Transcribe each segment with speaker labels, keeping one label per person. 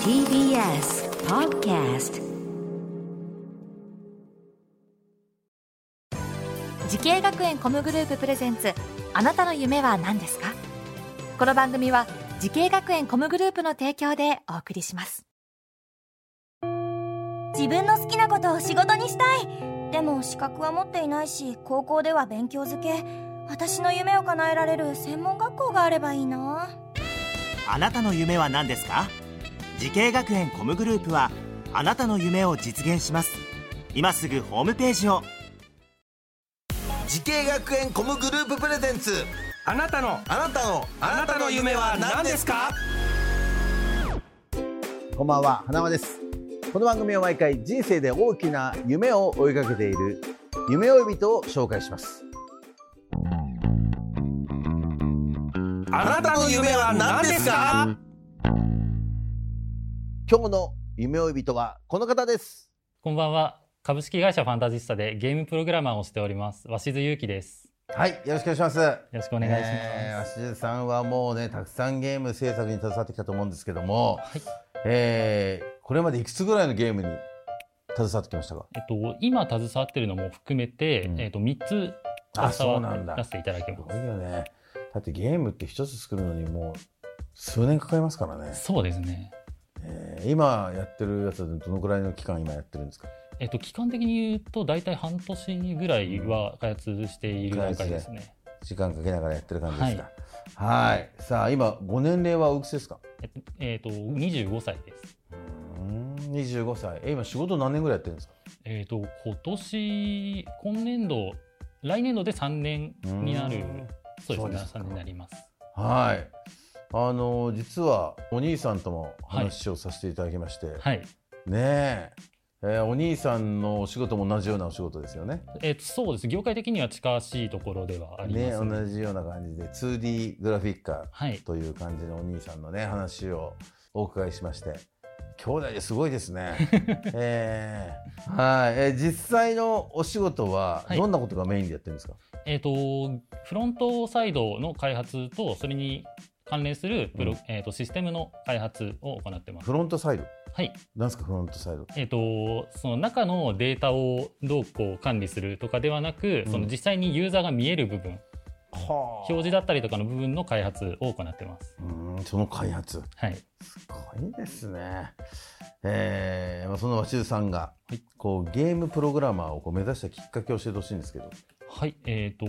Speaker 1: TBS Podcast
Speaker 2: 時系学園コムグループプレゼンツあなたの夢は何ですかこの番組は時系学園コムグループの提供でお送りします
Speaker 3: 自分の好きなことを仕事にしたいでも資格は持っていないし高校では勉強づけ私の夢を叶えられる専門学校があればいいな
Speaker 4: あなたの夢は何ですか時系学園コムグループはあなたの夢を実現します今すぐホームページを
Speaker 5: 時系学園コムグループプレゼンツ
Speaker 6: あなたの
Speaker 5: あなたの
Speaker 6: あなたの夢は何ですか
Speaker 7: こんばんは花輪ですこの番組は毎回人生で大きな夢を追いかけている夢追い人を紹介します
Speaker 6: あなたの夢は何ですか
Speaker 7: 今日の夢追い人はこの方です
Speaker 8: こんばんは。株式会社ファンタジスタでゲームプログラマーをしております。鷲津祐樹です。
Speaker 7: はいよろしくお願いしますよ
Speaker 8: よろしくお願いします。
Speaker 7: す、えー、鷲津さんはもうねたくさんゲーム制作に携わってきたと思うんですけども、
Speaker 8: はい
Speaker 7: えーこれまでいくつぐらいのゲームに携わってきましたか
Speaker 8: えっと、今携わってるのも含めて、
Speaker 7: うん
Speaker 8: えっと、3つ
Speaker 7: あ
Speaker 8: 携
Speaker 7: そうなん
Speaker 8: わ
Speaker 7: だ
Speaker 8: らせていただき
Speaker 7: す
Speaker 8: ま
Speaker 7: ごい
Speaker 8: す。
Speaker 7: よねだってゲームって一つ作るのにもう数年かかりますからね、
Speaker 8: そうですね。
Speaker 7: えー今やってるやつはどのくらいの期間今やってるんですか
Speaker 8: えっと、期間的に言うと、大体半年ぐらいは開発している段階ですね。
Speaker 7: 時間かけながらやってる感じですか。はい。さあ今ご年齢はおいくつですか。
Speaker 8: えっと、えっと、25歳です。
Speaker 7: 二十五歳。え今仕事何年ぐらいやってるんですか。
Speaker 8: えっと、今年、今年度、来年度で3年になる、そう
Speaker 7: そう
Speaker 8: で
Speaker 7: ですすか
Speaker 8: ね、3年になります。
Speaker 7: はい。あの実はお兄さんとも話をさせていただきまして、
Speaker 8: はい。
Speaker 7: ねええーお兄さんのお仕事も同じようなお仕事ですよね。
Speaker 8: えっと、そうです。業界的には近しいところではあり
Speaker 7: ね
Speaker 8: ます
Speaker 7: 同じような感じで 2D グラフィッカ
Speaker 8: はい
Speaker 7: ー。という感じのお兄さんのね話をお伺いしまして。兄弟ですごいです ね。えーはい、えー実際のお仕事は
Speaker 8: はい
Speaker 7: どんなことがメインでやってるんですか。
Speaker 8: えっ、と、フロントサイドの開発と、それに関連するプロ、
Speaker 7: うん
Speaker 8: えっ、と、システムの開発を行ってます。
Speaker 7: フロントサイド、
Speaker 8: はい。
Speaker 7: なんですかフロントサイド。
Speaker 8: えっ、と、その中のデータをどうこう管理するとかではなく、
Speaker 7: うん
Speaker 8: その実際にユーザーが見える部分、
Speaker 7: は
Speaker 8: 表示だったりとかの部分の開発を行ってます。
Speaker 7: うーん、その開発。
Speaker 8: はい。
Speaker 7: すごいですね。えー、まあその鷲津さんが、こうゲームプログラマーをこう目指したきっかけを教えてほしいんですけど。
Speaker 8: はい。えっ、と、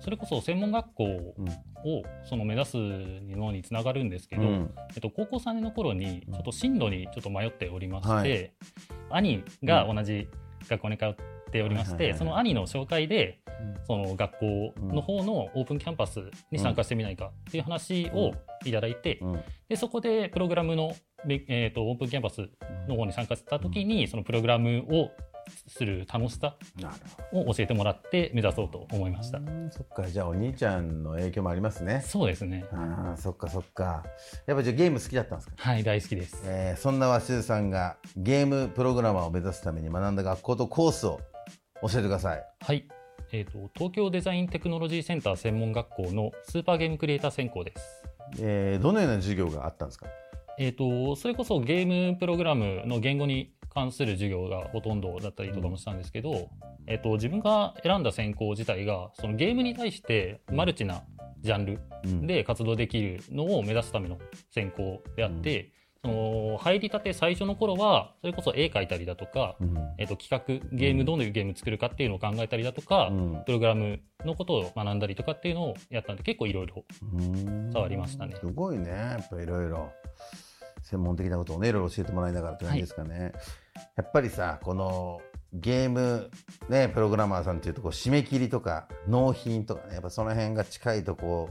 Speaker 8: それこそ専門学校
Speaker 7: うん。
Speaker 8: をその目指すのにつながるんですけど、
Speaker 7: うん
Speaker 8: えっと、高校3年の頃に
Speaker 7: うん
Speaker 8: ちょっと進路にちょっと迷っておりまして、
Speaker 7: はい
Speaker 8: 兄が同じ学校に通っておりまして、
Speaker 7: はいはいはいはい
Speaker 8: その兄の紹介で
Speaker 7: うん
Speaker 8: その学校の方のオープンキャンパスに参加してみないかっていう話をいただいて、
Speaker 7: うん
Speaker 8: でそこでプログラムの、べえー、とオープンキャンパスの方に参加した時に、そのプログラムをする楽しさ
Speaker 7: なる
Speaker 8: を教えてもらって目指そうと思いまし
Speaker 7: ほど
Speaker 8: た
Speaker 7: う。ーん。そっか、じゃあお兄ちゃんの影響もありますね。
Speaker 8: そうですね。
Speaker 7: ああ、そっかそっか。やっぱじゃあゲーム好きだったんですか。
Speaker 8: はい、大好きです。
Speaker 7: えーそんな鷲津さんがゲームプログラマーを目指すために学んだ学校とコースを教えてください。
Speaker 8: はい。えっ、と東京デザインテクノロジーセンター専門学校のスーパーゲームクリエイター専攻です。
Speaker 7: えーどのような授業があったんですか。
Speaker 8: えっ、とそれこそゲームプログラムの言語に関する授業がほとんどだったりとかもしたんですけど、えっ、と自分が選んだ専攻自体がそのゲームに対してマルチなジャンル
Speaker 7: うん、
Speaker 8: で活動できるのを目指すための専攻であって、その入りたて最初の頃はそれこそ絵描いたりだとか、
Speaker 7: うん、
Speaker 8: えっ、と企画ゲームどういうゲーム作るかっていうのを考えたりだとか、
Speaker 7: うん
Speaker 8: プログラムのことを学んだりとかっていうのをやったんで結構いろいろ触りましたね
Speaker 7: すごいね、やっぱいろいろ専門的なことをね、いろいろ教えてもらいながらって感じですかね。やっぱりさ、このゲームね、プログラマーさんっていうとこう締め切りとか納品とかね、やっぱその辺が近いとこ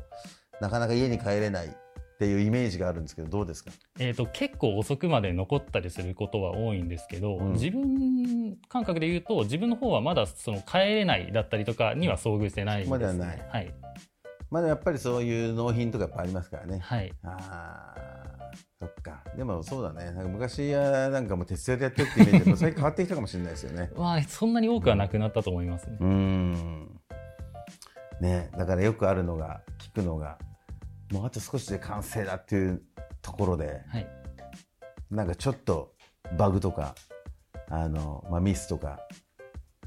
Speaker 7: うなかなか家に帰れないっていうイメージがあるんですけど、どうですか。
Speaker 8: えー、と結構遅くまで残ったりすることは多いんですけど、
Speaker 7: うん
Speaker 8: 自分感覚で言うと自分の方はまだその帰れないだったりとかには遭遇してないです、ね、
Speaker 7: まだない
Speaker 8: はい、
Speaker 7: まあでもやっぱりそういう納品とかやっぱありますからね。
Speaker 8: はい、
Speaker 7: あーそっかでもそうだねなんか昔はなんかもう徹夜でやってるってイメージでも最近変わってきたかもしれないですよね
Speaker 8: まあそんなに多くはなくなったと思いますね、
Speaker 7: うーんねだからよくあるのが聞くのがもうあと少しで完成だっていうところで
Speaker 8: はい、
Speaker 7: なんかちょっとバグとかあの、まあ、ミスとか、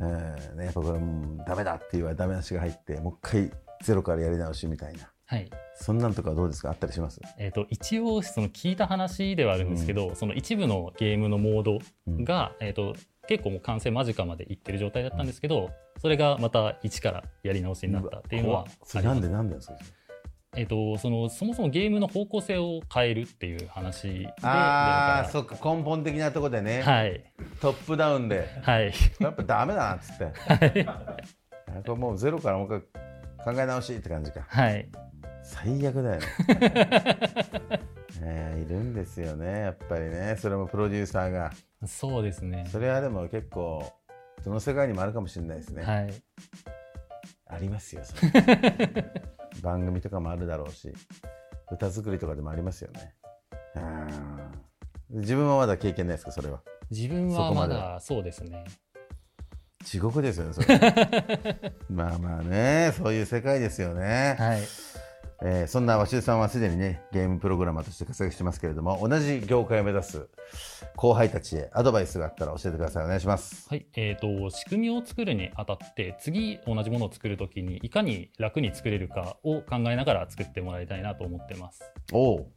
Speaker 7: うんね、やっぱこれもうダメだっていうダメ出しが入ってもう一回ゼロからやり直しみたいな
Speaker 8: はい
Speaker 7: そんなんとかはどうですかあったりします
Speaker 8: えー、と一応その聞いた話ではあるんですけど、その一部のゲームのモードが、えー、と結構もう完成間近までいってる状態だったんですけど、それがまた一からやり直しになったっていうのは
Speaker 7: 怖そ
Speaker 8: あ
Speaker 7: れな
Speaker 8: ります
Speaker 7: んでなんでなんですか
Speaker 8: えー、とそのそもそもゲームの方向性を変えるっていう話で
Speaker 7: ああ
Speaker 8: だ
Speaker 7: そっか根本的なとこでね、
Speaker 8: からはい
Speaker 7: トップダウンで
Speaker 8: はい
Speaker 7: やっぱダメだなっつって、なんかもうゼロからもう一回考え直しって感じか
Speaker 8: はい
Speaker 7: 最悪だよねねえいるんですよねやっぱりねそれもプロデューサーが
Speaker 8: そうですね
Speaker 7: それはでも結構どの世界にもあるかもしれないですね、
Speaker 8: はい
Speaker 7: ありますよそれ番組とかもあるだろうし歌作りとかでもありますよねうん自分はまだ経験ないですかそれは
Speaker 8: 自分
Speaker 7: そ
Speaker 8: は
Speaker 7: こま
Speaker 8: ま
Speaker 7: で
Speaker 8: だそうですね
Speaker 7: 地獄ですよねそ れまあまあねそういう世界ですよね、
Speaker 8: はい
Speaker 7: えーそんな鷲尾さんはすでにねゲームプログラマーとして活躍してますけれども同じ業界を目指す後輩たちへアドバイスがあったら教えてくださいお願いします
Speaker 8: はいえー、と仕組みを作るにあたって次同じものを作るときにいかに楽に作れるかを考えながら作ってもらいたいなと思ってます。
Speaker 7: おお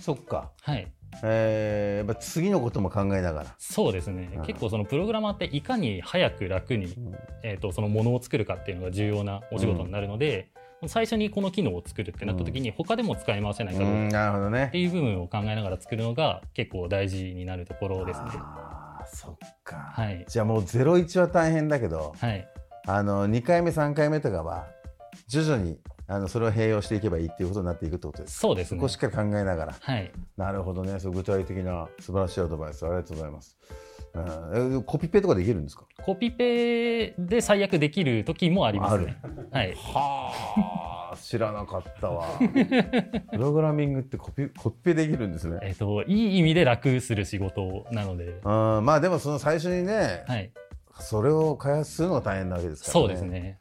Speaker 7: そっか
Speaker 8: はい、
Speaker 7: えーやっぱ次のことも考えながら
Speaker 8: そうですね
Speaker 7: うん
Speaker 8: 結構そのプログラマーっていかに早く楽に、えー、とそのものを作るかっていうのが重要なお仕事になるので、最初にこの機能を作るってなった時に他でも使い回せないうかどうか
Speaker 7: んなるほどね
Speaker 8: っていう部分を考えながら作るのが結構大事になるところですね。
Speaker 7: あーそっか、
Speaker 8: はい
Speaker 7: じゃあもう01は大変だけど
Speaker 8: はい、
Speaker 7: あの2回目3回目とかは徐々にあのそれを併用していけばいいっていうことになっていくってことです
Speaker 8: そうです
Speaker 7: そ
Speaker 8: ね
Speaker 7: こしっかり考えながら
Speaker 8: はい
Speaker 7: なるほどねそう具体的な素晴らしいアドバイスありがとうございます、うんえコピペとかできるんですか
Speaker 8: コピペで最悪できる時もありますね。はい、
Speaker 7: はあ 知らなかったわプログラミングってコピコピペできるんですね
Speaker 8: えっといい意味で楽する仕事なので、
Speaker 7: うんまあでもその最初にね、
Speaker 8: はい、
Speaker 7: それを開発するのが大変なわけですからね
Speaker 8: そうですね。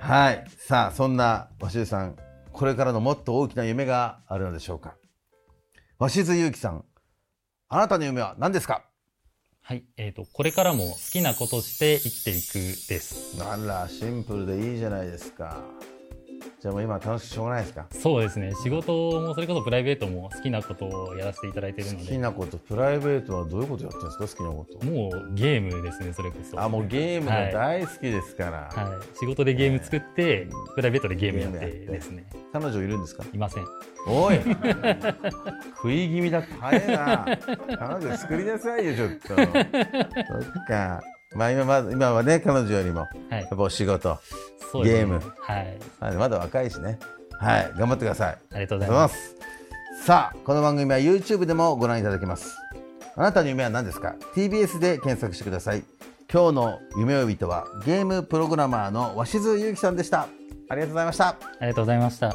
Speaker 7: はい。さあ、そんな鷲津さん、これからのもっと大きな夢があるのでしょうか。鷲津祐樹さん、あなたの夢は何ですか
Speaker 8: はい、えっ、とこれからも好きなことして生きていくです。
Speaker 7: あら、シンプルでいいじゃないですか。じゃあもう今楽しくしょうがないですか
Speaker 8: そうですね。仕事もそれこそプライベートも好きなことをやらせていただいているの
Speaker 7: 好き
Speaker 8: で、
Speaker 7: なこと、プライベートはどういうことやってるんですか好きなこ
Speaker 8: もうゲームですね。それこそ。
Speaker 7: と。あ、もうゲームが
Speaker 8: はい
Speaker 7: 大好きですから。
Speaker 8: はい、仕事でゲーム作って、プライベートでゲームやってですね。
Speaker 7: 彼女いるんですか
Speaker 8: いません。
Speaker 7: おい 食い気味だった早いな彼女作りなさいよちょっとそっかまあ今まず今はね彼女よりも
Speaker 8: は
Speaker 7: や
Speaker 8: い
Speaker 7: っ。ぱお仕事
Speaker 8: そうで
Speaker 7: ゲー
Speaker 8: すね
Speaker 7: ム
Speaker 8: はい。
Speaker 7: まあまだ若いしねはい頑張ってください
Speaker 8: ありがとう
Speaker 7: ありがとう
Speaker 8: ござ
Speaker 7: ござ
Speaker 8: い
Speaker 7: い
Speaker 8: ま。
Speaker 7: ますすさあこの番組は YouTube でもご覧いただけますあなたの夢は何ですか TBS で検索してください今日の夢追い人はゲームプログラマーの鷲津祐樹さんでしたありがとうございました
Speaker 8: ありがとうございました。